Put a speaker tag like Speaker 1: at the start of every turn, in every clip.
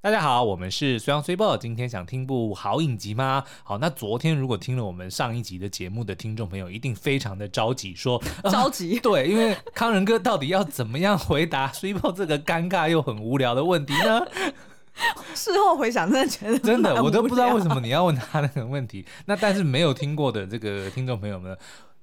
Speaker 1: 大家好，我们是随阳随报。今天想听部好影集吗？好，那昨天如果听了我们上一集的节目的听众朋友，一定非常的着急， 说、 呃
Speaker 2: 着急
Speaker 1: 对，因为康仁哥到底要怎么样回答随报这个尴尬又很无聊的问题 呢？
Speaker 2: 事后回想，真的觉得
Speaker 1: 真的，
Speaker 2: 蛮
Speaker 1: 我都
Speaker 2: 无
Speaker 1: 不知道
Speaker 2: 聊
Speaker 1: 为什么你要问他那个问题。 那但是没有听过的这个听众朋友们，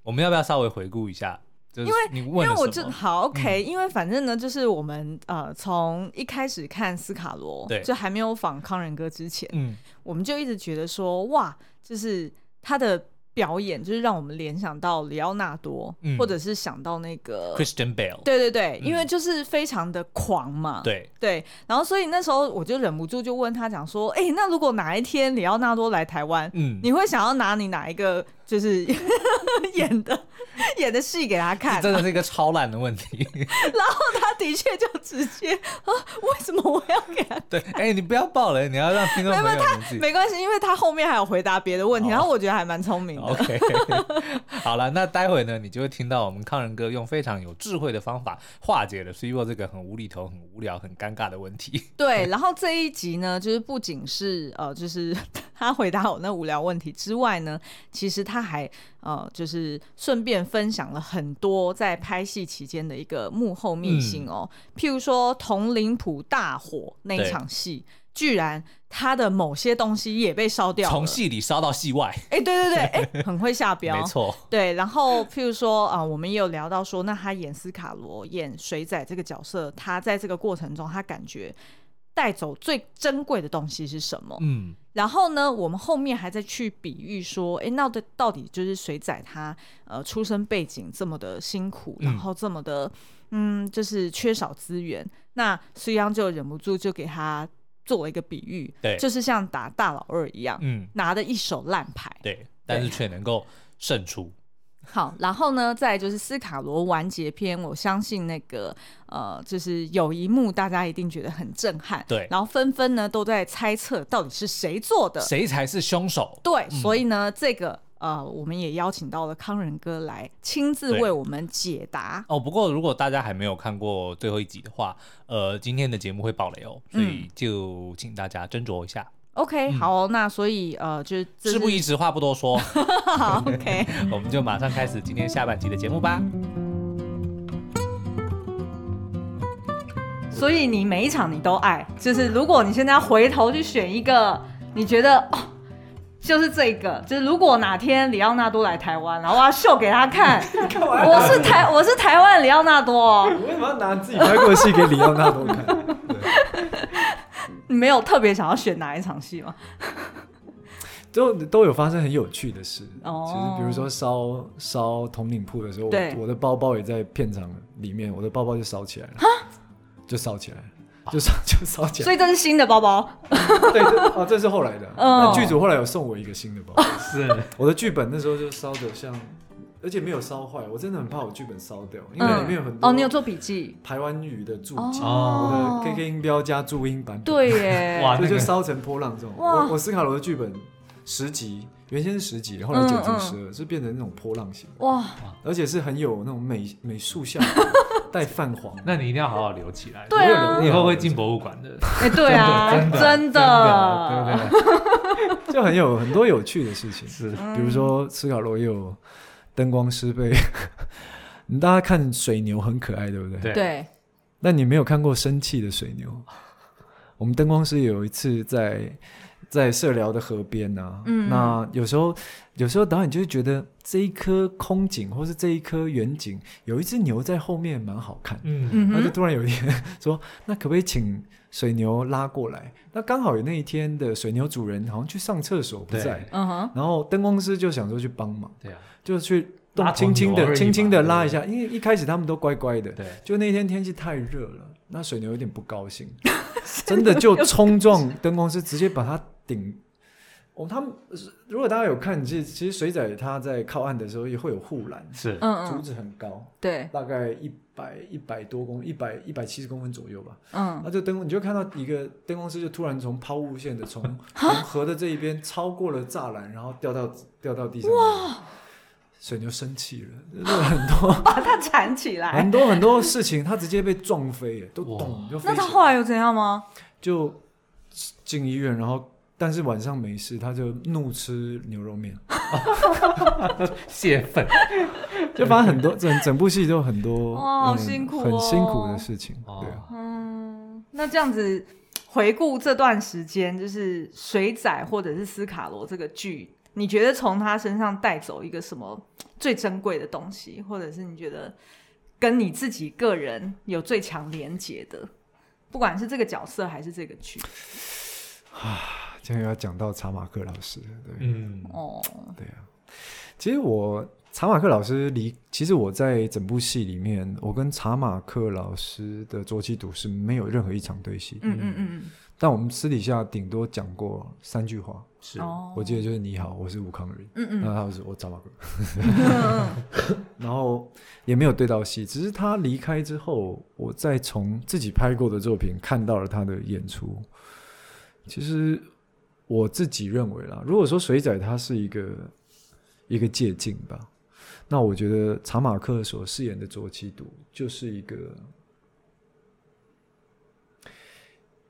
Speaker 1: 我们要不要稍微回顾一下？就是你
Speaker 2: 因
Speaker 1: 问
Speaker 2: 为
Speaker 1: 了
Speaker 2: 我
Speaker 1: 什
Speaker 2: 就
Speaker 1: 么？嗯
Speaker 2: 好 OK，、因为反正呢，就是我们呃从一开始看斯卡罗
Speaker 1: 对，
Speaker 2: 就还没有访康仁哥之前，
Speaker 1: 嗯，
Speaker 2: 我们就一直觉得说哇，就是他的表演就是让我们联想到里奥纳多，
Speaker 1: 嗯
Speaker 2: 或者是想到那个，
Speaker 1: Christian Bale，
Speaker 2: 呃对对对，
Speaker 1: 嗯
Speaker 2: 因为就是非常的狂嘛，
Speaker 1: 对
Speaker 2: 对，然后所以那时候我就忍不住就问他讲说，哎、那如果哪一天里奥纳多来台湾，
Speaker 1: 嗯，
Speaker 2: 你会想要拿你哪一个就是 演的 演的戏给他看？
Speaker 1: 真的是一个超烂的问题。
Speaker 2: 他的确就直接 啊，为什么我要给他？
Speaker 1: 对，哎、你不要爆雷，你要让听众朋友们自己。
Speaker 2: 没关系，因为他后面还有回答别的问题，
Speaker 1: 嗯哦
Speaker 2: 然后我觉得还蛮聪明的。
Speaker 1: OK，好了，那待会呢，你就会听到我们康仁哥用非常有智慧的方法化解了 C U 这个很无厘头、很无聊、很尴尬的问题。
Speaker 2: 对，然后这一集呢，就是不仅是呃， 就是他回答我那无聊问题之外呢，其实他还呃，就是顺便分享了很多在拍戏期间的一个幕后秘
Speaker 1: 嗯
Speaker 2: 辛哦，譬如说铜陵浦大火那一
Speaker 1: 对
Speaker 2: 场戏，居然他的某些东西也被烧掉
Speaker 1: 从
Speaker 2: 了。
Speaker 1: 戏里烧到戏外，
Speaker 2: 哎、对对对，哎、很会下标，
Speaker 1: 没错，
Speaker 2: 对，然后譬如说啊、呃我们也有聊到说，那他演斯卡罗、演水仔这个角色，他在这个过程中，他感觉带走最珍贵的东西是什么？
Speaker 1: 嗯，
Speaker 2: 然后呢，我们后面还在去比喻说，诶，那的到底就是水仔他呃出身背景这么的辛苦，
Speaker 1: 嗯
Speaker 2: 然后这么的嗯，就是缺少资源，那苏央就忍不住就给他做了一个比喻，
Speaker 1: 对
Speaker 2: 就是像打大老二一样，
Speaker 1: 嗯，
Speaker 2: 拿的一手烂牌。
Speaker 1: 对，但是却能够胜出，
Speaker 2: 好，然后呢，再来就是斯卡罗完结篇，我相信那个呃，就是有一幕大家一定觉得很震撼，
Speaker 1: 对
Speaker 2: 然后纷纷呢都在猜测到底是谁做的，
Speaker 1: 谁嗯才是凶手？
Speaker 2: 对，所以呢，这个呃，我们也邀请到了康仁哥来亲自
Speaker 1: 对
Speaker 2: 为我们解答，
Speaker 1: 哦，不过如果大家还没有看过最后一集的话，呃，今天的节目会爆雷哦，所
Speaker 2: 嗯
Speaker 1: 以就请大家斟酌一下。
Speaker 2: OK，、好哦、那所以呃，就是这
Speaker 1: 嗯事不宜迟，话不多 说，
Speaker 2: 好，OK，
Speaker 1: 我们就马上开始今天下半集的节目吧。
Speaker 2: 所以你每一场你都爱，就是如果你现在要回头去选一个，你觉得哦，就是这个，就是如果哪天里奥纳多来台湾，然后我要秀给他看，
Speaker 3: 干嘛
Speaker 2: 我是台我是台湾里奥纳多哦，
Speaker 3: 为什么要拿自己拍过的戏给里奥纳多看？
Speaker 2: 你没有特别想要选哪一场戏吗？
Speaker 3: 都都有发生很有趣的事，
Speaker 2: 哦
Speaker 3: 就是比如说烧烧铜领铺的时候，
Speaker 2: 对
Speaker 3: 我我的包包也在片场里面，我的包包就烧起来了，就烧起来了，就烧 就烧起来
Speaker 2: 所以这是新的包包，
Speaker 3: 了。对，这哦，这是后来的，
Speaker 2: 哦
Speaker 3: 那剧组后来有送我一个新的包包，
Speaker 1: 是，
Speaker 3: 我的剧本那时候就烧的像，而且没有烧坏，我真的很怕我剧本烧掉，因为里面有很多
Speaker 2: 哦，你有做笔记
Speaker 3: 台湾语的注解，
Speaker 2: 哦
Speaker 3: 我的 KK 音标加注音版本，
Speaker 2: 对 耶，
Speaker 1: 哇
Speaker 3: 所以
Speaker 1: 那
Speaker 3: 就
Speaker 1: 个
Speaker 3: 烧成波浪这种。
Speaker 2: 哇
Speaker 3: 我我斯卡罗的剧本十集，原先是十集，后来
Speaker 2: 嗯
Speaker 3: 剪成十二、是变成那种波浪形，
Speaker 2: 哇，
Speaker 3: 而且是很有那种美美术效果， 带泛黄。
Speaker 1: 那你一定要好好留起来。
Speaker 2: 对啊
Speaker 1: 你以后会进博物馆的。
Speaker 2: 哎、对啊，
Speaker 1: 真的
Speaker 2: 真的，
Speaker 1: 对对对，
Speaker 3: 就很有很多有趣的事情，
Speaker 1: 是
Speaker 3: 比如说斯卡罗也有灯光师被。 你大家看水牛很可爱，对不对？
Speaker 1: 对
Speaker 2: 对
Speaker 3: 那你没有看过生气的水牛？我们灯光师有一次在在社寮的河边呢、
Speaker 2: 嗯
Speaker 3: 那有时候有时候导演就会觉得这一颗空景或是这一颗远景，有一只牛在后面蛮好看。
Speaker 1: 嗯，
Speaker 2: 嗯
Speaker 3: 他就
Speaker 2: 哼，
Speaker 3: 突然有一天说：“那可不可以请水牛拉过来？”那刚好有那一天的水牛主人好像去上厕所不
Speaker 1: 对
Speaker 3: 在，
Speaker 2: 嗯哼，
Speaker 3: 然后灯光师就想说去帮忙，
Speaker 1: 对啊，
Speaker 3: 就去
Speaker 1: 拉
Speaker 3: 动
Speaker 1: 头
Speaker 3: 轻轻
Speaker 1: 牛而
Speaker 3: 的、
Speaker 1: 已
Speaker 3: 轻轻的
Speaker 1: 嘛
Speaker 3: 拉一下，因为一开始他们都乖乖的，
Speaker 1: 对，
Speaker 3: 就那天天气太热了，那水牛有点不高兴，真的就冲撞灯光师，直接把他顶。哦，他们如果大家有看，其实其实水仔他在靠岸的时候也会有护栏，
Speaker 1: 是，
Speaker 2: 嗯
Speaker 3: 竹
Speaker 2: 嗯，
Speaker 3: 子很高，
Speaker 2: 对，
Speaker 3: 大概一百一百多公一百一百七十公分左右吧。
Speaker 2: 嗯，
Speaker 3: 那就灯，你就看到一个灯光师就突然从抛物线的从从河的这一边超过了栅栏，然后掉到掉到地上。哇！水牛生气了，就是很多
Speaker 2: 把它缠起来。
Speaker 3: 很 多很多事情，他直接被撞飞耶，都
Speaker 1: 哇
Speaker 3: 咚就飞
Speaker 2: 那
Speaker 3: 起
Speaker 2: 他
Speaker 3: 来，
Speaker 2: 后来又怎样吗？
Speaker 3: 就进医院，然后但是晚上没事，他就怒吃牛肉 面，
Speaker 1: 泄愤
Speaker 3: 就反正很多整整部戏都很多，
Speaker 2: 哇好辛苦哦
Speaker 3: 很辛苦的事情，
Speaker 1: 哦
Speaker 3: 对啊。
Speaker 2: 嗯，那这样子回顾这段时间，就是《水仔》或者是《斯卡罗》这个剧，你觉得从他身上带走一个什么最珍贵的东西，或者是你觉得跟你自己个人有最强连结的，不管是这个角色还是这个剧？
Speaker 3: 今天要讲到查马克老师，对，
Speaker 1: 嗯，
Speaker 2: 哦，
Speaker 3: 对啊，其实我查马克老师离，其实我在整部戏里面，我跟查马克老师的捉棋赌是没有任何一场对戏，
Speaker 2: 嗯嗯嗯
Speaker 3: 但我们私底下顶多讲过三句话，
Speaker 1: 是
Speaker 2: 嗯，哦，
Speaker 3: 我记得就是你好，我是吴康仁，
Speaker 2: 嗯
Speaker 3: 那
Speaker 2: 嗯
Speaker 3: 他是我查马克，嗯然后也没有对到戏，只是他离开之后，我再从自己拍过的作品看到了他的演出。其实我自己认为啦，如果说水仔他是一个一个借镜吧，那我觉得查马克所饰演的卓七度就是一个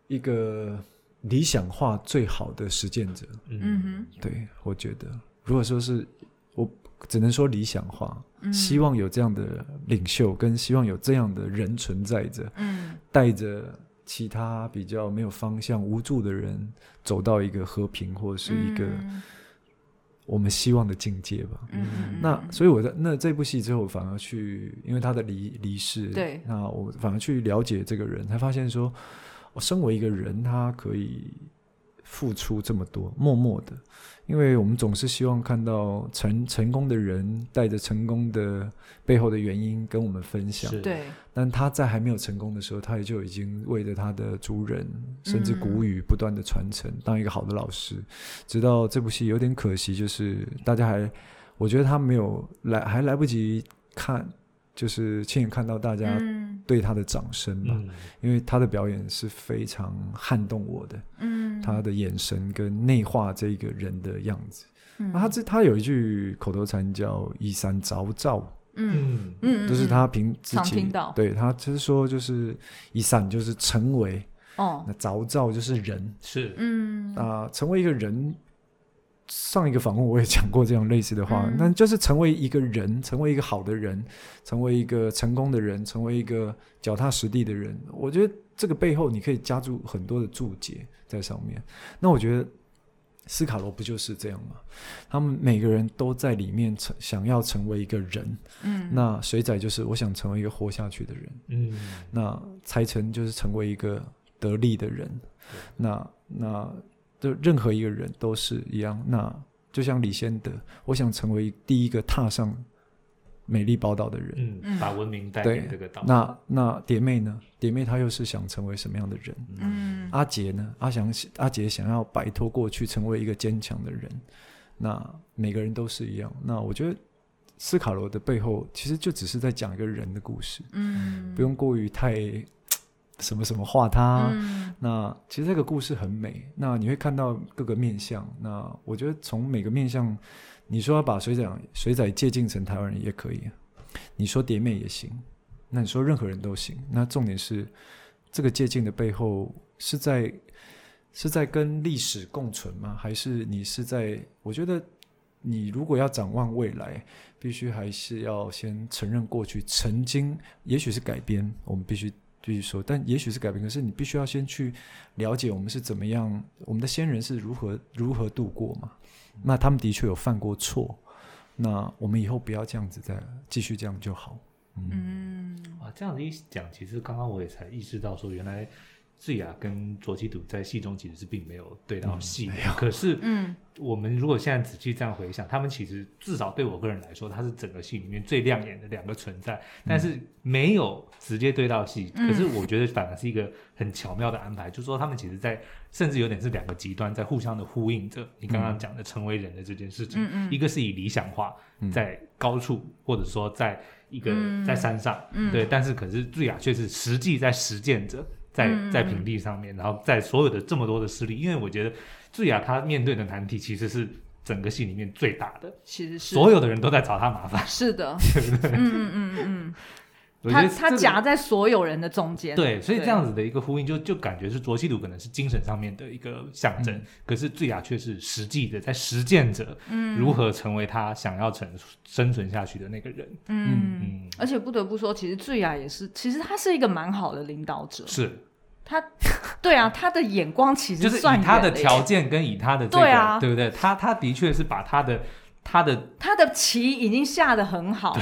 Speaker 3: 一个理想化最好的实践者。
Speaker 2: 嗯哼，
Speaker 3: 对，我觉得，如果说是我只能说理想化，
Speaker 2: 嗯
Speaker 3: 希望有这样的领袖，跟希望有这样的人存在着，
Speaker 2: 嗯
Speaker 3: 带着其他比较没有方向、无助的人走到一个和平或是一个
Speaker 2: 嗯
Speaker 3: 我们希望的境界吧。
Speaker 2: 嗯嗯
Speaker 3: 那所以我在那这部戏之后，反而去因为他的离离世，
Speaker 2: 对
Speaker 3: 那我反而去了解这个人，才发现说，我身为一个人，他可以付出这么多，默默的，因为我们总是希望看到成成功的人带着成功的背后的原因跟我们分享，
Speaker 1: 是
Speaker 2: 对，
Speaker 3: 但他在还没有成功的时候，他也就已经为了他的族人，甚至古语不断的传承，当一个好的老师。直到这部戏有点可惜，就是大家还，我觉得他没有来，还来不及看，就是啊亲眼看到大家
Speaker 2: 嗯
Speaker 3: 对他的掌声吧，
Speaker 1: 嗯
Speaker 3: 因为他的表演是非常撼动我的，
Speaker 2: 嗯，
Speaker 3: 他的眼神跟内化这一个人的样子。
Speaker 2: 嗯
Speaker 3: 那他这他有一句口头禅叫“一山凿造”，
Speaker 2: 嗯
Speaker 1: 嗯
Speaker 2: 嗯，
Speaker 3: 就是
Speaker 2: 嗯
Speaker 3: 他凭自
Speaker 2: 常
Speaker 3: 己，
Speaker 2: 听到
Speaker 3: 对他就是说，就是一闪就是成为，
Speaker 2: 哦
Speaker 3: 那凿造就是人
Speaker 1: 是
Speaker 2: 嗯
Speaker 3: 啊、成为一个人。上一个访问我也讲过这样类似的话，
Speaker 2: 嗯
Speaker 3: 那就是成为一个人，成为一个好的人，成为一个成功的人，成为一个脚踏实地的人。我觉得这个背后你可以加注很多的注解在上面。那我觉得斯卡罗不就是这样吗？他们每个人都在里面成想要成为一个人，
Speaker 2: 嗯
Speaker 3: 那水仔就是我想成为一个活下去的人，
Speaker 1: 嗯
Speaker 3: 那财神就是成为一个得力的人，那那就任何一个人都是一样。那就像李先德，我想成为第一个踏上美丽宝岛的人。
Speaker 1: 嗯，
Speaker 2: 嗯
Speaker 1: 把文明带
Speaker 3: 对
Speaker 1: 给这个岛，
Speaker 3: 那那蝶妹呢？蝶妹她又是想成为什么样的人？
Speaker 2: 嗯
Speaker 1: 啊
Speaker 3: 阿杰呢？阿翔阿杰想要摆脱过去，成为一个坚强的人。那每个人都是一样。那我觉得斯卡罗的背后，其实就只是在讲一个人的故事，
Speaker 2: 嗯
Speaker 3: 不用过于太什么什么化他。
Speaker 1: 啊
Speaker 2: 嗯
Speaker 3: 那其实这个故事很美，那你会看到各个面相。那我觉得从每个面相，你说要把水仔水仔借鉴成台湾人也可以，啊你说蝶妹也行，那你说任何人都行。那重点是这个借鉴的背后是在是在跟历史共存吗？还是你是在？我觉得你如果要展望未来，必须还是要先承认过去曾经，也许是改编，我们必须必须说，但也许是改变，可是你必须要先去了解我们是怎么样，我们的先人是如何如何度过嘛。那他们的确有犯过错，那我们以后不要这样子再继续这样就好。
Speaker 2: 嗯
Speaker 1: 啊，这样子一讲，其实刚刚我也才意识到说，原来智雅跟卓基笃在戏中其实是并没有对到戏的、可是
Speaker 2: 嗯
Speaker 1: 我们如果现在仔细这样回想，他们其实至少对我个人来说，他是整个戏里面最亮眼的两个存在，但是没有直接对到戏。
Speaker 2: 嗯
Speaker 1: 可是我觉得反而是一个很巧妙的安排，就是说他们其实在甚至有点是两个极端在互相的呼应着。你刚刚讲的成为人的这件事情，
Speaker 2: 嗯嗯
Speaker 1: 一个是以理想化在高处，或者说在一个、
Speaker 2: 嗯
Speaker 1: 在山上，
Speaker 2: 嗯
Speaker 1: 对，但是可是智雅却是实际在实践着。在
Speaker 2: 嗯嗯
Speaker 1: 在
Speaker 2: 嗯
Speaker 1: 平地上面，然后在所有的这么多的势力，因为我觉得智雅她面对的难题其实是整个戏里面最大的，
Speaker 2: 其实是
Speaker 1: 所有的人都在找她麻烦。
Speaker 2: 是的，嗯嗯嗯嗯，
Speaker 1: 我觉
Speaker 2: 他
Speaker 1: 得
Speaker 2: 他
Speaker 1: 这个
Speaker 2: 夹在所有人的中间，
Speaker 1: 对，所以这
Speaker 2: 对
Speaker 1: 样子的一个呼应就，就感觉是卓西鲁可能是精神上面的一个象征，
Speaker 2: 嗯
Speaker 1: 可是醉雅却是实际的在实践着
Speaker 2: 嗯
Speaker 1: 如何成为他想要成生存下去的那个人。
Speaker 2: 嗯。
Speaker 1: 嗯，
Speaker 2: 而且不得不说，其实智雅也是，其实他是一个蛮好的领导者。
Speaker 1: 是，
Speaker 2: 他，对啊，他的眼光其
Speaker 1: 就
Speaker 2: 实
Speaker 1: 是
Speaker 2: 算
Speaker 1: 以他
Speaker 2: 远
Speaker 1: 的
Speaker 2: 了耶
Speaker 1: 条件跟以他的这个，
Speaker 2: 对啊
Speaker 1: 不对？他他的确是把他的他的
Speaker 2: 他的棋已经下得很好了，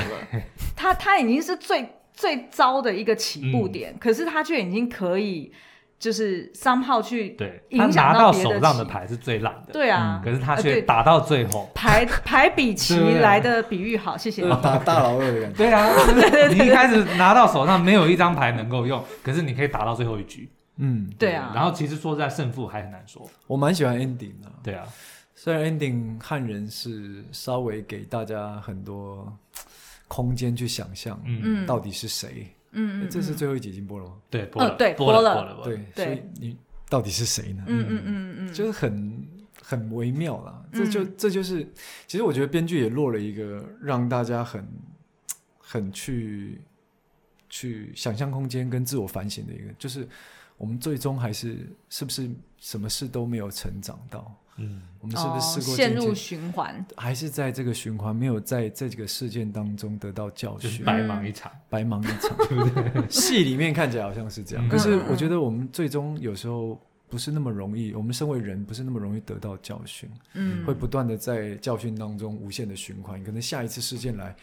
Speaker 2: 他他已经是最最糟的一个起
Speaker 1: 嗯
Speaker 2: 步点，可是他却已经可以就是商号去，
Speaker 1: 对，
Speaker 2: 影
Speaker 1: 他
Speaker 2: 响
Speaker 1: 拿
Speaker 2: 到别
Speaker 1: 手
Speaker 2: 的
Speaker 1: 上的
Speaker 2: 棋
Speaker 1: 牌是最烂的，
Speaker 2: 对啊，
Speaker 1: 可是他
Speaker 2: 呃
Speaker 1: 却
Speaker 2: 对
Speaker 1: 打到最后。
Speaker 2: 牌牌比棋
Speaker 1: 对
Speaker 2: 来的比喻好，谢啊谢
Speaker 3: 就
Speaker 2: 你
Speaker 3: 是。打大老二的感觉。
Speaker 1: 对啊，就是你一开始拿到手上没有一张牌能够用，可是你可以打到最后一局。
Speaker 3: 嗯，
Speaker 2: 对啊，
Speaker 1: 然后其实说实在胜负还很难说。
Speaker 3: 我蛮喜欢 ending 的、
Speaker 1: 对啊，
Speaker 3: 虽然 ending 汉人是稍微给大家很多空间去想象，
Speaker 1: 嗯，
Speaker 2: 嗯
Speaker 3: 到底是谁？
Speaker 2: 嗯嗯，
Speaker 3: 这是
Speaker 2: 嗯
Speaker 3: 最后一集已经播了吗？
Speaker 1: 对，播了，
Speaker 2: 对
Speaker 1: 播了，
Speaker 2: 播了
Speaker 1: 播了，播了
Speaker 3: 对，所以你到底是谁呢？
Speaker 2: 嗯嗯嗯嗯，
Speaker 3: 就是是很很微妙啦。这就、
Speaker 2: 嗯
Speaker 3: 这就是，其实我觉得编剧也落了一个让大家很很去去想象空间跟自我反省的一个，就是我们最终还是是不是什么事都没有成长到？
Speaker 1: 嗯，
Speaker 3: 我们是不是试过
Speaker 2: 哦陷
Speaker 3: 今
Speaker 2: 入
Speaker 3: 天
Speaker 2: 循环？
Speaker 3: 还是在这个循环，没有在这个事件当中得到教
Speaker 1: 就是
Speaker 3: 训，
Speaker 1: 白忙一场。
Speaker 3: 白忙一场， 对不对？戏里面看起来好像是这样，
Speaker 1: 嗯
Speaker 3: 可是我觉得我们最终有时候不是那么容易，我们身为人不是那么容易得到教训，
Speaker 2: 嗯，
Speaker 3: 会不断的在教训当中无限的循环，可能下一次事件来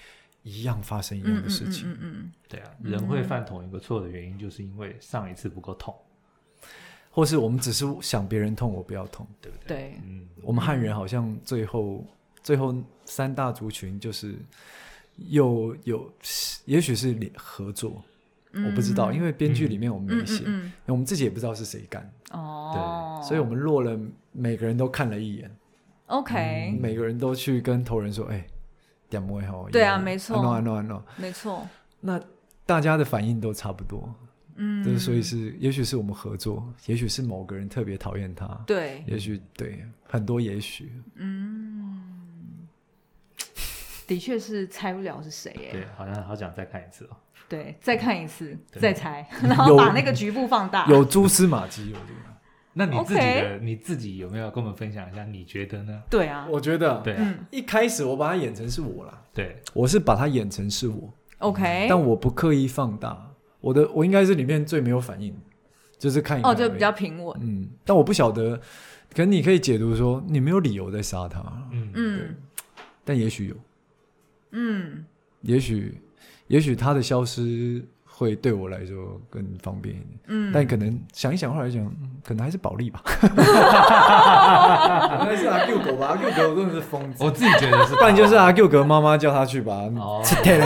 Speaker 3: 一样发生一样的事情。
Speaker 2: 嗯嗯嗯
Speaker 1: 对啊，人会犯同一个错的原因，就是因为上一次不够痛，
Speaker 3: 或是我们只是想别人痛，我不要痛。
Speaker 1: 对不
Speaker 2: 嗯，
Speaker 1: 对？
Speaker 2: 对，
Speaker 1: 嗯，
Speaker 3: 我们汉人好像最后最后三大族群就是又有，也许是联合作，我不知道，因为编剧里面我们没
Speaker 2: 嗯
Speaker 3: 写，
Speaker 2: 嗯
Speaker 3: 我们自己也不知道是谁干，
Speaker 2: 嗯，哦，
Speaker 3: 所以我们落了，每个人都看了一眼，
Speaker 2: OK，
Speaker 3: 每个人都去跟头人说：“哎、点摸好。”
Speaker 2: 对啊没错
Speaker 3: 安诺安诺安诺。
Speaker 2: 没错，
Speaker 3: 那大家的反应都差不多，
Speaker 2: 嗯，
Speaker 3: 就是所以是，也许是我们合作，也许是某个人特别讨厌他，
Speaker 2: 对，
Speaker 3: 也许对很多也许，
Speaker 2: 嗯，的确是猜不了是谁耶。
Speaker 1: 对，好像好想再看一次哦。
Speaker 2: 对，再看一次，
Speaker 1: 对
Speaker 2: 再 猜，然后
Speaker 3: 有
Speaker 2: 把那个局部放大。
Speaker 3: 有蛛丝马迹，我觉得。
Speaker 1: 那你自己的
Speaker 2: OK
Speaker 1: 你自己有没有跟我们分享一下？你觉得呢？
Speaker 2: 对啊，
Speaker 3: 我觉得，
Speaker 1: 对啊，
Speaker 2: 嗯
Speaker 3: 一开始我把它演成是我啦，
Speaker 1: 对，
Speaker 3: 我是把它演成是我，
Speaker 2: ，OK，
Speaker 3: 但我不刻意放大。我的我应该是里面最没有反应，就是看一看
Speaker 2: 哦，就比较
Speaker 3: 而已
Speaker 2: 平稳。
Speaker 3: 嗯，但我不晓得，可能你可以解读说你没有理由在杀他，
Speaker 1: 嗯
Speaker 2: 嗯
Speaker 3: 但也许有，
Speaker 2: 嗯
Speaker 3: 也许也许他的消失会对我来说更方便一点，
Speaker 2: 嗯，
Speaker 3: 但可能想一想，后来想，嗯可能还是保利吧， 还是阿 Q 狗吧，阿 Q 狗真的是疯
Speaker 1: 我自己觉得是他，
Speaker 3: 不然就是阿 Q 哥妈妈叫他去吧，
Speaker 1: 哦，
Speaker 3: 对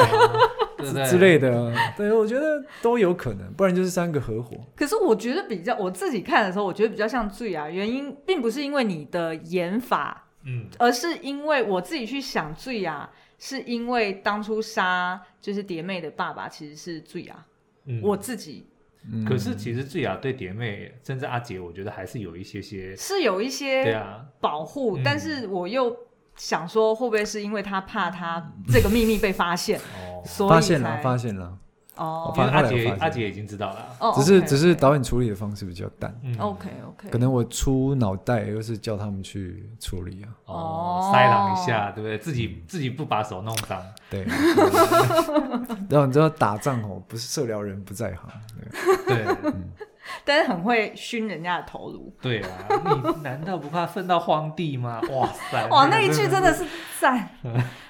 Speaker 1: 对不对
Speaker 3: 之类的。对，我觉得都有可能，不然就是三个合伙。
Speaker 2: 可是我觉得比较，我自己看的时候，我觉得比较像醉啊。原因并不是因为你的演法，
Speaker 1: 嗯，
Speaker 2: 而是因为我自己去想醉啊，是因为当初杀就是蝶妹的爸爸其实是醉啊，
Speaker 1: 嗯
Speaker 2: 我自己
Speaker 3: 嗯
Speaker 1: 可是其实智雅对蝶妹，甚至阿杰，我觉得还是有一些些，
Speaker 2: 是有一些
Speaker 1: 对啊，
Speaker 2: 保护，
Speaker 1: 嗯
Speaker 2: 但是我又想说，会不会是因为他怕他这个秘密被发现，
Speaker 1: 哦，
Speaker 2: 所以
Speaker 3: 发现了，
Speaker 2: 才
Speaker 3: 发现了，
Speaker 2: 哦
Speaker 3: 我
Speaker 1: 因为
Speaker 3: 发
Speaker 1: 阿
Speaker 3: 后来我
Speaker 1: 杰
Speaker 3: 发现
Speaker 1: 阿杰已经知道了啊，
Speaker 2: 哦，
Speaker 3: 只是
Speaker 2: OK，
Speaker 3: 只是导演处理的方式比较淡，
Speaker 1: 嗯
Speaker 2: OK OK，
Speaker 3: 可能我出脑袋又是叫他们去处理啊。
Speaker 1: 哦
Speaker 2: 哦，
Speaker 1: 塞狼一下，对不对？自己
Speaker 3: 嗯
Speaker 1: 自己不把手弄脏，
Speaker 3: 对，然后你知道打仗哦，不是社聊人不在行，对
Speaker 1: 对
Speaker 2: 但是很会熏人家的头颅。
Speaker 1: 对啊，你难道不怕分到荒地 吗？哇
Speaker 3: 哎
Speaker 1: 塞，
Speaker 2: 哇，那
Speaker 1: 个
Speaker 2: 一句真的是赞，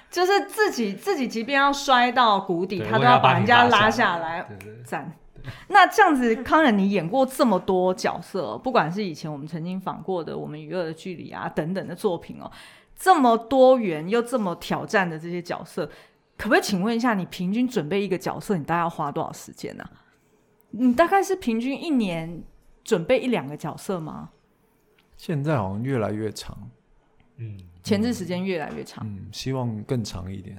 Speaker 2: 就是自己自己即便要摔到谷底，
Speaker 1: 对
Speaker 2: 他
Speaker 1: 我
Speaker 2: 都
Speaker 1: 也要
Speaker 2: 把
Speaker 1: 把
Speaker 2: 人
Speaker 1: 你
Speaker 2: 家
Speaker 1: 拉
Speaker 2: 拉
Speaker 1: 下
Speaker 2: 下来，
Speaker 1: 对对
Speaker 2: 赞。那这样子，康仁，你演过这么多角色，不管是以前我们曾经访过的《我们与恶的距离》啊等等的作品哦，这么多元又这么挑战的这些角色，可不可以请问一下，你平均准备一个角色，你大概要花多少时间呢、你大概是平均一年准备一两个角色吗？
Speaker 3: 现在好像越来越长，
Speaker 1: 嗯，
Speaker 2: 前置时间越来越长，
Speaker 3: 嗯，希望更长一点。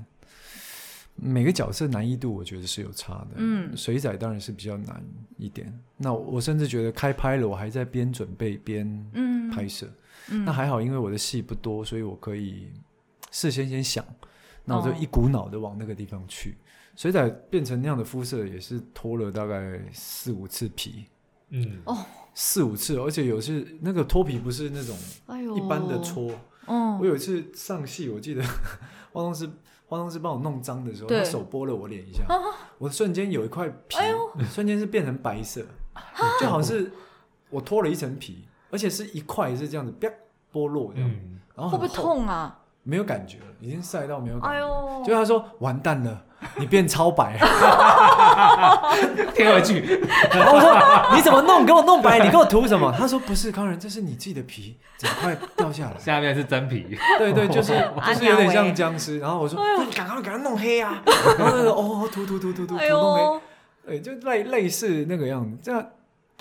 Speaker 3: 每个角色难易度我觉得是有差的，
Speaker 2: 嗯
Speaker 3: 水仔当然是比较难一点。那我我甚至觉得开拍了，我还在边准备边
Speaker 2: 嗯，
Speaker 3: 拍摄。
Speaker 2: 嗯
Speaker 3: 那还好，因为我的戏不多，所以我可以事先先想，那我就
Speaker 2: 哦
Speaker 3: 一股脑的往那个地方去，水仔变成那样的肤色也是脱了大概四五次皮，
Speaker 1: 嗯，
Speaker 2: 哦
Speaker 3: 四五次，而且有次那个脱皮不是那种
Speaker 2: 哎呦，
Speaker 3: 一般的，搓。
Speaker 2: 嗯，
Speaker 3: 我有一次上戏，我记得 花东师花东师帮我弄脏的时候，
Speaker 2: 对啊哎
Speaker 3: 他手拨了我脸一下，我瞬间有一块皮， 瞬间是变成白色，
Speaker 2: 啊
Speaker 3: 就好像是我脱了一层皮，而且是一块是这样子，啪剥落这样，
Speaker 1: 嗯，
Speaker 3: 然后
Speaker 2: 会不
Speaker 3: 很
Speaker 2: 会
Speaker 3: 厚？
Speaker 2: 痛啊？
Speaker 3: 没有感觉了，已经晒到没有感
Speaker 2: 哎
Speaker 3: 觉。
Speaker 2: 呦，
Speaker 3: 就他说完蛋了，你变超白。
Speaker 1: 贴回去，
Speaker 3: 然后我说你怎么弄？给我弄白，你给我涂什么？他说不是，康仁，这是你自己的皮，整块掉下来。
Speaker 1: 下面是真皮，
Speaker 3: 对对，就是
Speaker 2: 阿
Speaker 3: 就是有
Speaker 2: 娘
Speaker 3: 点
Speaker 2: 喂
Speaker 3: 像僵尸。然后我说，
Speaker 2: 哎
Speaker 3: 那你赶快给它弄黑啊！然后他说哦，涂涂涂涂涂涂
Speaker 2: 哎
Speaker 3: 弄
Speaker 2: 呦，
Speaker 3: 黑，对，就类类似那个样子。这样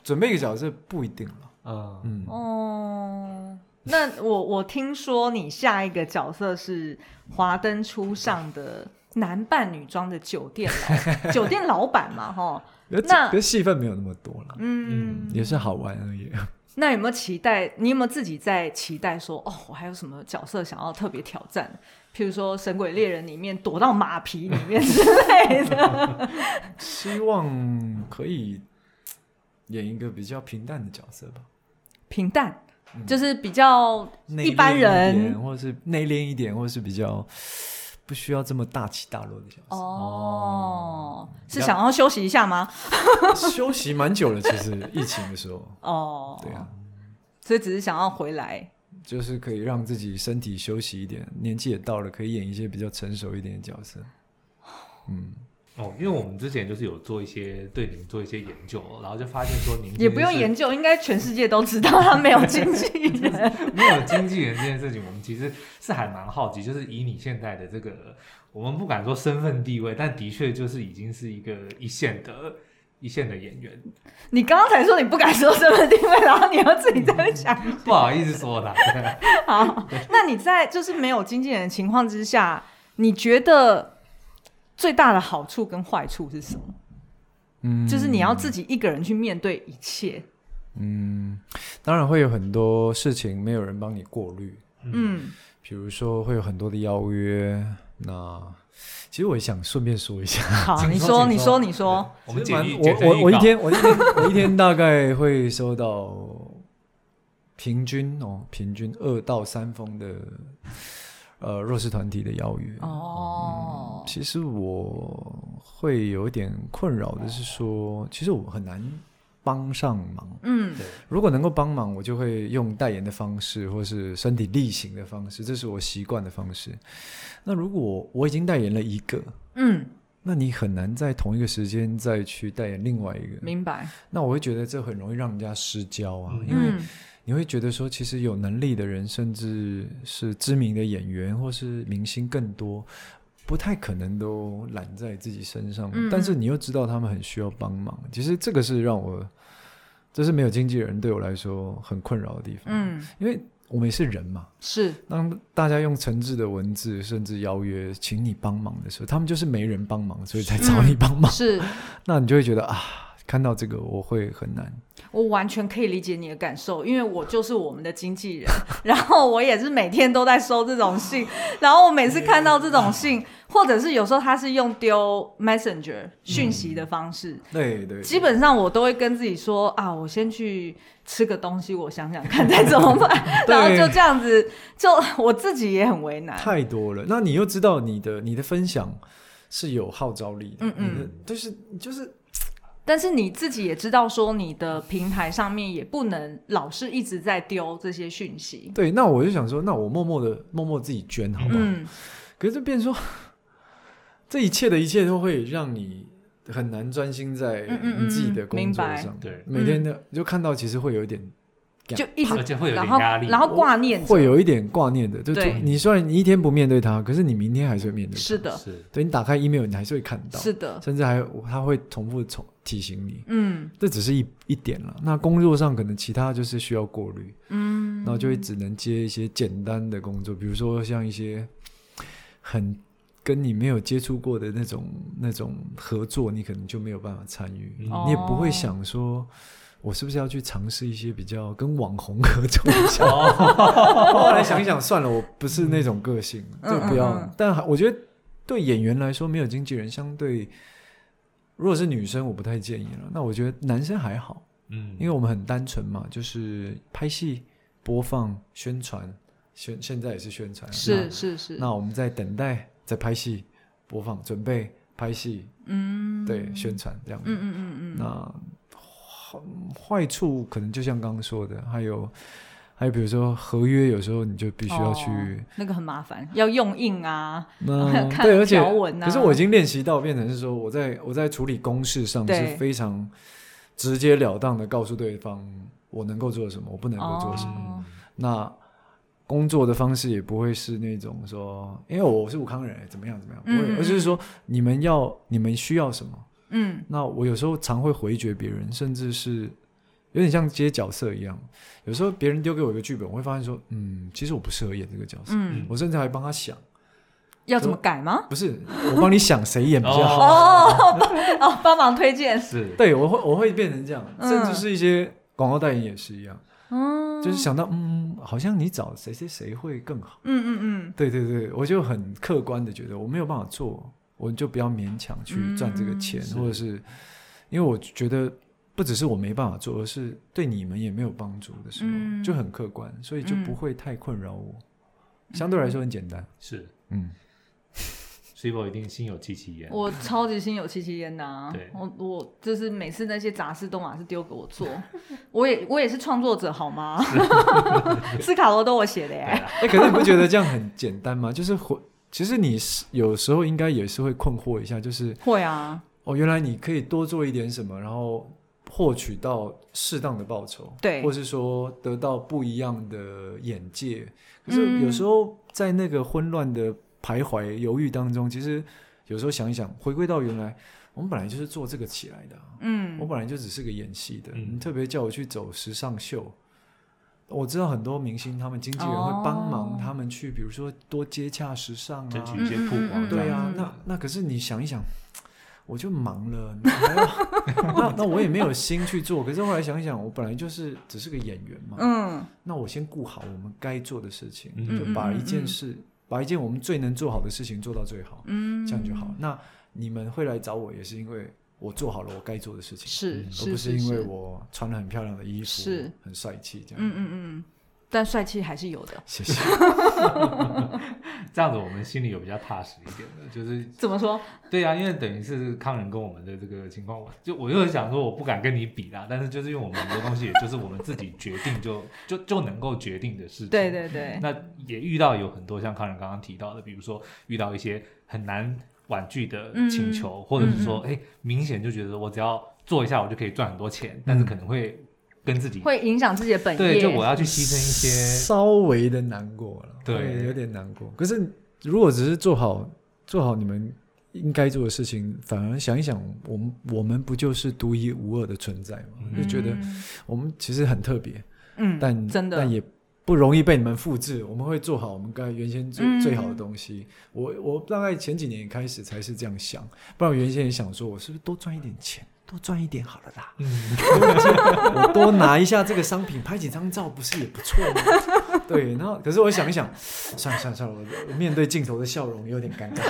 Speaker 3: 准备一个小时不一定了。
Speaker 1: 嗯，
Speaker 3: 嗯，
Speaker 2: 哦，那我我听说你下一个角色是《华灯初上》的男扮女装的酒店 老酒店老板嘛，哈，那
Speaker 3: 那可是戏份没有那么多了，
Speaker 2: 嗯，
Speaker 3: 也是好玩而已。
Speaker 2: 那有没有期待？你有没有自己在期待说，哦，我还有什么角色想要特别挑战？譬如说《神鬼猎人》里面躲到马皮里面之类 的。
Speaker 3: 希望可以演一个比较平淡的角色吧，
Speaker 2: 平淡，
Speaker 3: 嗯
Speaker 2: 就是比较一般
Speaker 3: 内敛一
Speaker 2: 人
Speaker 3: 点或是内敛一点，或是比较不需要这么大起大落的角色。
Speaker 2: 哦，是
Speaker 3: 比较
Speaker 2: 想要休息一下吗？
Speaker 3: 休息蛮久了，其实疫情的时候，
Speaker 2: 哦，
Speaker 3: 对啊，
Speaker 2: 所以只是想要回来。
Speaker 3: 就是可以让自己身体休息一点，年纪也到了，可以演一些比较成熟一点的角色。嗯，
Speaker 1: 哦，因为我们之前就是有做一些对您做一些研究，然后就发现说您
Speaker 2: 也不用
Speaker 1: 其实是
Speaker 2: 研究，应该全世界都知道他没有经纪人。
Speaker 1: 没有经纪人这件事情，我们其实是还蛮好奇，就是以你现在的这个，我们不敢说身份地位，但的确就是已经是一个一线的。一线的演员，
Speaker 2: 你刚刚才说你不敢说身份定位，然后你要自己在那边想
Speaker 1: 不好意思说啦，
Speaker 2: 好，那你在就是没有经纪人的情况之下，你觉得最大的好处跟坏处是什么？
Speaker 3: 嗯
Speaker 2: 就是你要自己一个人去面对一切。
Speaker 3: 嗯，当然会有很多事情没有人帮你过滤，
Speaker 2: 嗯，
Speaker 3: 比如说会有很多的邀约。那其实我也想顺便说一下，
Speaker 2: 好，
Speaker 1: 请
Speaker 2: 你
Speaker 1: 说
Speaker 2: 说，你
Speaker 1: 请
Speaker 2: 说，
Speaker 1: 说
Speaker 2: 你说，
Speaker 1: 我们
Speaker 3: 其
Speaker 1: 简
Speaker 3: 实蛮
Speaker 1: 历
Speaker 3: 我
Speaker 1: 简
Speaker 3: 我我一
Speaker 1: 稿
Speaker 3: 天我一天我一天大概会收到平均哦平均二到三封的呃弱势团体的邀约。
Speaker 2: 哦，
Speaker 3: 其实我会有一点困扰的是说，其实我很难帮上忙。
Speaker 2: 嗯
Speaker 3: 如果能够帮忙，我就会用代言的方式，或是身体力行的方式，这是我习惯的方式。那如果我已经代言了一个，
Speaker 2: 嗯，
Speaker 3: 那你很难在同一个时间再去代言另外一个。
Speaker 2: 明白。
Speaker 3: 那我会觉得这很容易让人家失焦啊，
Speaker 1: 嗯
Speaker 3: 因为
Speaker 2: 嗯
Speaker 3: 你会觉得说，其实有能力的人，甚至是知名的演员或是明星更多，不太可能都揽在自己身上。
Speaker 2: 嗯
Speaker 3: 但是你又知道他们很需要帮忙，其实这个是让我，这是没有经纪人对我来说很困扰的地方。，
Speaker 2: 嗯，
Speaker 3: 因为我们也是人嘛，
Speaker 2: 是
Speaker 3: 当大家用诚挚的文字甚至邀约请你帮忙的时候，他们就是没人帮忙，所以才找你帮忙。
Speaker 2: 是，
Speaker 3: 那你就会觉得啊，看到这个我会很难。
Speaker 2: 我完全可以理解你的感受，因为我就是我们的经纪人， 然后我也是每天都在收这种 信，然后我每次看到这种信，或者是有时候他是用丢 Messenger 讯息的方式，
Speaker 3: 对对
Speaker 2: 基本上我都会跟自己说啊，我先去吃个东西，我想想看再怎么 办，
Speaker 3: 对
Speaker 2: 然后就这样子，就 我自己也很为难，
Speaker 3: 太多了。那你又知道你的你的分享是有号召力的，
Speaker 2: 嗯嗯
Speaker 3: 你的，就是就是
Speaker 2: 但是你自己也知道说你的平台上面也不能老是一直在丢这些讯息，
Speaker 3: 对。那我就想说，那我默默的默默自己捐好不好？
Speaker 2: 嗯
Speaker 3: 可是就变成说， 这一切的一切都会让你很难专心在
Speaker 2: 嗯嗯嗯
Speaker 3: 你自己的工作
Speaker 2: 明白
Speaker 3: 上。
Speaker 1: 对
Speaker 3: 每天的就看到，其实会有一点。
Speaker 2: 就一直
Speaker 1: 而且会有
Speaker 2: 然
Speaker 1: 点
Speaker 2: 后
Speaker 1: 压力，
Speaker 2: 然后挂念着
Speaker 3: 会有一点挂念的，就
Speaker 2: 嗯对
Speaker 3: 突你虽然你一天不面对它，可是你明天还是会面对它。
Speaker 2: 是的，
Speaker 1: 是
Speaker 3: 对你打开 email，你还是会看到，
Speaker 2: 是的，
Speaker 3: 甚至还它会重复重提醒你。
Speaker 2: 嗯
Speaker 3: 这只是一一点了。那工作上可能其他就是需要过滤，
Speaker 2: 嗯，
Speaker 3: 然后就会只能接一些简单的工作，比如说像一些 很跟你没有接触过的那种那种合作，你可能就没有办法参与，
Speaker 1: 嗯
Speaker 3: 你也不会想说。我是不是要去尝试一些比较跟网红合作一下？ 后来想一想，算了，我不是那种个性，
Speaker 2: 嗯
Speaker 3: 就不要。
Speaker 2: 嗯嗯
Speaker 3: 但还我觉得对演员来说，没有经纪人相对，如果是女生，我不太建议了。那我觉得男生还好，
Speaker 1: 嗯，
Speaker 3: 因为我们很单纯嘛，就是拍戏、播放、宣传，宣现在也是宣传啊。
Speaker 2: 是是是，
Speaker 3: 那，那我们在等待，在拍戏、播放、准备拍戏，
Speaker 2: 嗯，
Speaker 3: 对，宣传这样子。
Speaker 2: 嗯嗯嗯嗯，
Speaker 3: 那坏坏处可能就像刚刚说的，还有还有比如说合约，有时候你就必须要去、
Speaker 2: 哦那个很麻烦，要用印啊，
Speaker 3: 那
Speaker 2: 看
Speaker 3: 对，而且
Speaker 2: 条文啊
Speaker 3: 可是我已经练习到变成是说，我在我在处理公事上
Speaker 2: 对
Speaker 3: 是非常直截了当的告诉对方我能够做什么，我不能够做什么。
Speaker 2: 哦
Speaker 3: 那工作的方式也不会是那种说，因为我是武康人，怎么样怎么样，不会，
Speaker 2: 嗯嗯
Speaker 3: 而是说你们要你们需要什么。
Speaker 2: 嗯，
Speaker 3: 那我有时候常会回绝别人，甚至是有点像接角色一样。有时候别人丢给我一个剧本，我会发现说，嗯，其实我不适合演这个角色。
Speaker 2: 嗯，
Speaker 3: 我甚至还帮他想，
Speaker 2: 要怎么改吗？
Speaker 3: 不是我帮你想谁演比较好。
Speaker 2: 哦， 帮哦，帮忙推荐，
Speaker 1: 是，
Speaker 3: 对，我会我会变成这样，
Speaker 2: 嗯
Speaker 3: 甚至是一些广告代言也是一样，
Speaker 2: 嗯，
Speaker 3: 就是，想到，嗯，好像你找谁谁谁会更好。
Speaker 2: 嗯嗯
Speaker 3: 对对对，我就很客观的觉得我没有办法做，我就不要勉强去赚这个钱，
Speaker 1: 嗯
Speaker 3: 或者是因为我觉得不只是我没办法做，而是对你们也没有帮助的时候，
Speaker 2: 嗯
Speaker 3: 就很客观，所以就不会太困扰我。相对来说很简单，
Speaker 1: 是
Speaker 3: 嗯，
Speaker 1: s i b o 一定心有戚戚焉
Speaker 2: 嗯，。我超级心有戚戚焉的啊
Speaker 1: 对，
Speaker 2: 我我就是每次那些杂事都马是丢给我做，我也我也是创作者好吗？ 斯卡罗都我写的
Speaker 1: 对
Speaker 2: 耶，
Speaker 1: 啊，
Speaker 3: 哎、可是你不觉得这样很简单吗？就是回，其实你是有时候应该也是会困惑一下，就是
Speaker 2: 会啊，
Speaker 3: 哦，原来你可以多做一点什么，然后获取到适当的报酬，
Speaker 2: 对
Speaker 3: 或是说得到不一样的眼界。可
Speaker 2: 嗯
Speaker 3: 是有时候在那个混乱的徘徊、犹豫当中，其实有时候想一想，回归到原来，我们本来就是做这个起来的啊、
Speaker 2: 嗯
Speaker 3: 我，本来就只是个演戏的。
Speaker 1: 嗯
Speaker 3: 你特别叫我去走时尚秀。我知道很多明星，他们经纪人会帮
Speaker 2: 哦
Speaker 3: 忙他们去，比如说多接洽时尚啊，
Speaker 1: 争取一些曝光。
Speaker 3: 对
Speaker 1: 呀，
Speaker 3: 啊
Speaker 2: 嗯，
Speaker 3: 那那可是你想一想，我就忙了，你还要那那我也没有心去做。可是后来想一想，我本来就是只是个演员嘛，
Speaker 2: 嗯
Speaker 3: 那我先顾好我们该做的事情，
Speaker 1: 嗯
Speaker 3: 就把一件
Speaker 2: 嗯
Speaker 3: 事，把一件我们最能做好的事情做到最好，
Speaker 2: 嗯，
Speaker 3: 这样就好。那你们会来找我，也是因为我做好了我该做的事情，
Speaker 2: 是
Speaker 1: 嗯
Speaker 2: 是
Speaker 3: 而不
Speaker 2: 是
Speaker 3: 是因为，我穿了很漂亮的衣服，
Speaker 2: 是
Speaker 3: 很帅气这样。
Speaker 2: 嗯嗯嗯，但帅气还是有的。
Speaker 3: 谢谢。
Speaker 1: 这样子我们心里有比较踏实一点的，就是
Speaker 2: 怎么说？
Speaker 1: 对啊，因为等于是康仁跟我们的这个情况，我就我又想说我不敢跟你比啦，但是就是因为我们很多东西，也就是我们自己决定就就就能够决定的事情。
Speaker 2: 对对对，
Speaker 1: 那也遇到有很多像康仁刚刚提到的，比如说遇到一些很难婉拒的
Speaker 2: 嗯
Speaker 1: 请求，或者是说，哎、明显就觉得我只要做一下，我就可以赚很多钱，但是可能会跟自己
Speaker 2: 会影响自己的本业。
Speaker 1: 对，就我要去牺牲一些，
Speaker 3: 稍微的难过了，
Speaker 1: 对
Speaker 3: 会有点难过。可是如果只是做好做好你们应该做的事情，反而想一想，我们我们不就是独一无二的存在吗？
Speaker 1: 嗯
Speaker 3: 就觉得我们其实很特别，
Speaker 2: 嗯，
Speaker 3: 但
Speaker 2: 真的
Speaker 3: 但也不容易被你们复制。我们会做好我们该原先最、
Speaker 2: 嗯
Speaker 3: 最好的东西。我我大概前几年开始才是这样想，不然我原先也想说，我是不是多赚一点钱，多赚一点好了啦。
Speaker 1: 嗯，
Speaker 3: 我多拿一下这个商品，拍几张照不是也不错吗？对，然后可是我想一想，算了算了算了，我我面对镜头的笑容有点尴尬。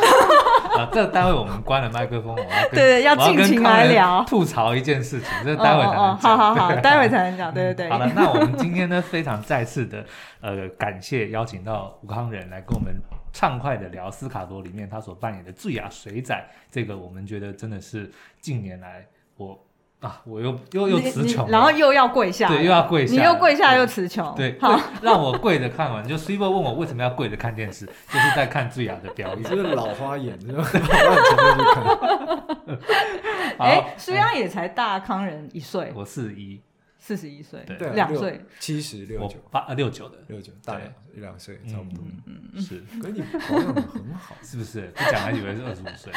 Speaker 1: 啊，这待会我们关了麦克风，我要跟
Speaker 2: 对要
Speaker 1: 我要跟
Speaker 2: 尽情
Speaker 1: 康仁
Speaker 2: 来聊
Speaker 1: 吐槽一件事情，这
Speaker 2: 哦
Speaker 1: 待会才能讲。
Speaker 2: 哦哦，好好好，
Speaker 1: 对
Speaker 2: 待会才能讲。啊对对对，
Speaker 1: 嗯好了，那我们今天呢，非常再次的呃感谢邀请到吴康仁来跟我们畅快的聊《斯卡罗》里面他所扮演的醉雅水仔，这个我们觉得真的是近年来我啊我又又又
Speaker 2: 你
Speaker 1: 词
Speaker 2: 你
Speaker 1: 穷了，
Speaker 2: 然后又要跪下，
Speaker 1: 对又要跪下，
Speaker 2: 你又跪下又词穷。
Speaker 1: 对，
Speaker 2: 好，
Speaker 1: 跪让我跪着看完。就 s i b e 问我为什么要跪着看电视，就是在看醉雅的表
Speaker 3: 你
Speaker 1: 演
Speaker 3: 这。个老花眼，这个老花眼前面去看，
Speaker 1: 好
Speaker 2: 哎，，苏亚也才大康人一岁，
Speaker 1: 我四一，
Speaker 2: 四十一岁，
Speaker 1: 嗯对
Speaker 3: 对啊，
Speaker 2: 两岁
Speaker 3: 七十六
Speaker 1: 我
Speaker 3: 九
Speaker 1: 八呃六九的，
Speaker 3: 六九，大两一两岁差不多。
Speaker 1: 哦嗯，嗯是
Speaker 3: 可是你保养的很好，
Speaker 1: 是不是？不讲还以为是二十五岁。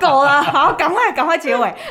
Speaker 2: 够了，好，赶快赶快结尾。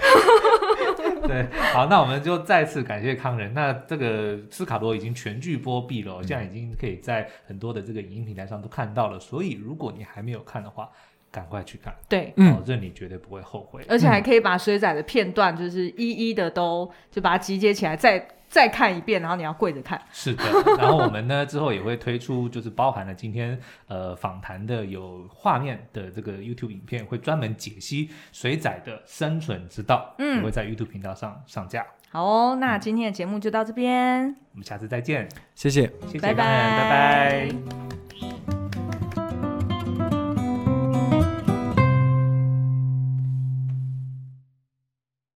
Speaker 1: 对，好，那我们就再次感谢康仁。那这个斯卡罗已经全剧播毕了哦，现在已经可以在很多的这个影音平台上都看到了。所以如果你还没有看的话，赶快去看，
Speaker 2: 对，
Speaker 3: 嗯
Speaker 1: 保证你 绝对不会后悔。
Speaker 2: 而且还可以把水仔的片段，就是一一的都就把它集结起来，再再看一遍，然后你要跪着看。
Speaker 1: 是的，然后我们呢之后也会推出，就是包含了今天呃访谈的有画面的这个 YouTube 影片，会专门解析水仔的生存之道，
Speaker 2: 嗯
Speaker 1: 也会在 YouTube 频道上上架。
Speaker 2: 好哦，那今天的节目就到这边，
Speaker 1: 我们下次再见，
Speaker 3: 谢谢。
Speaker 1: 谢谢
Speaker 2: 拜
Speaker 1: 康仁拜拜
Speaker 2: 拜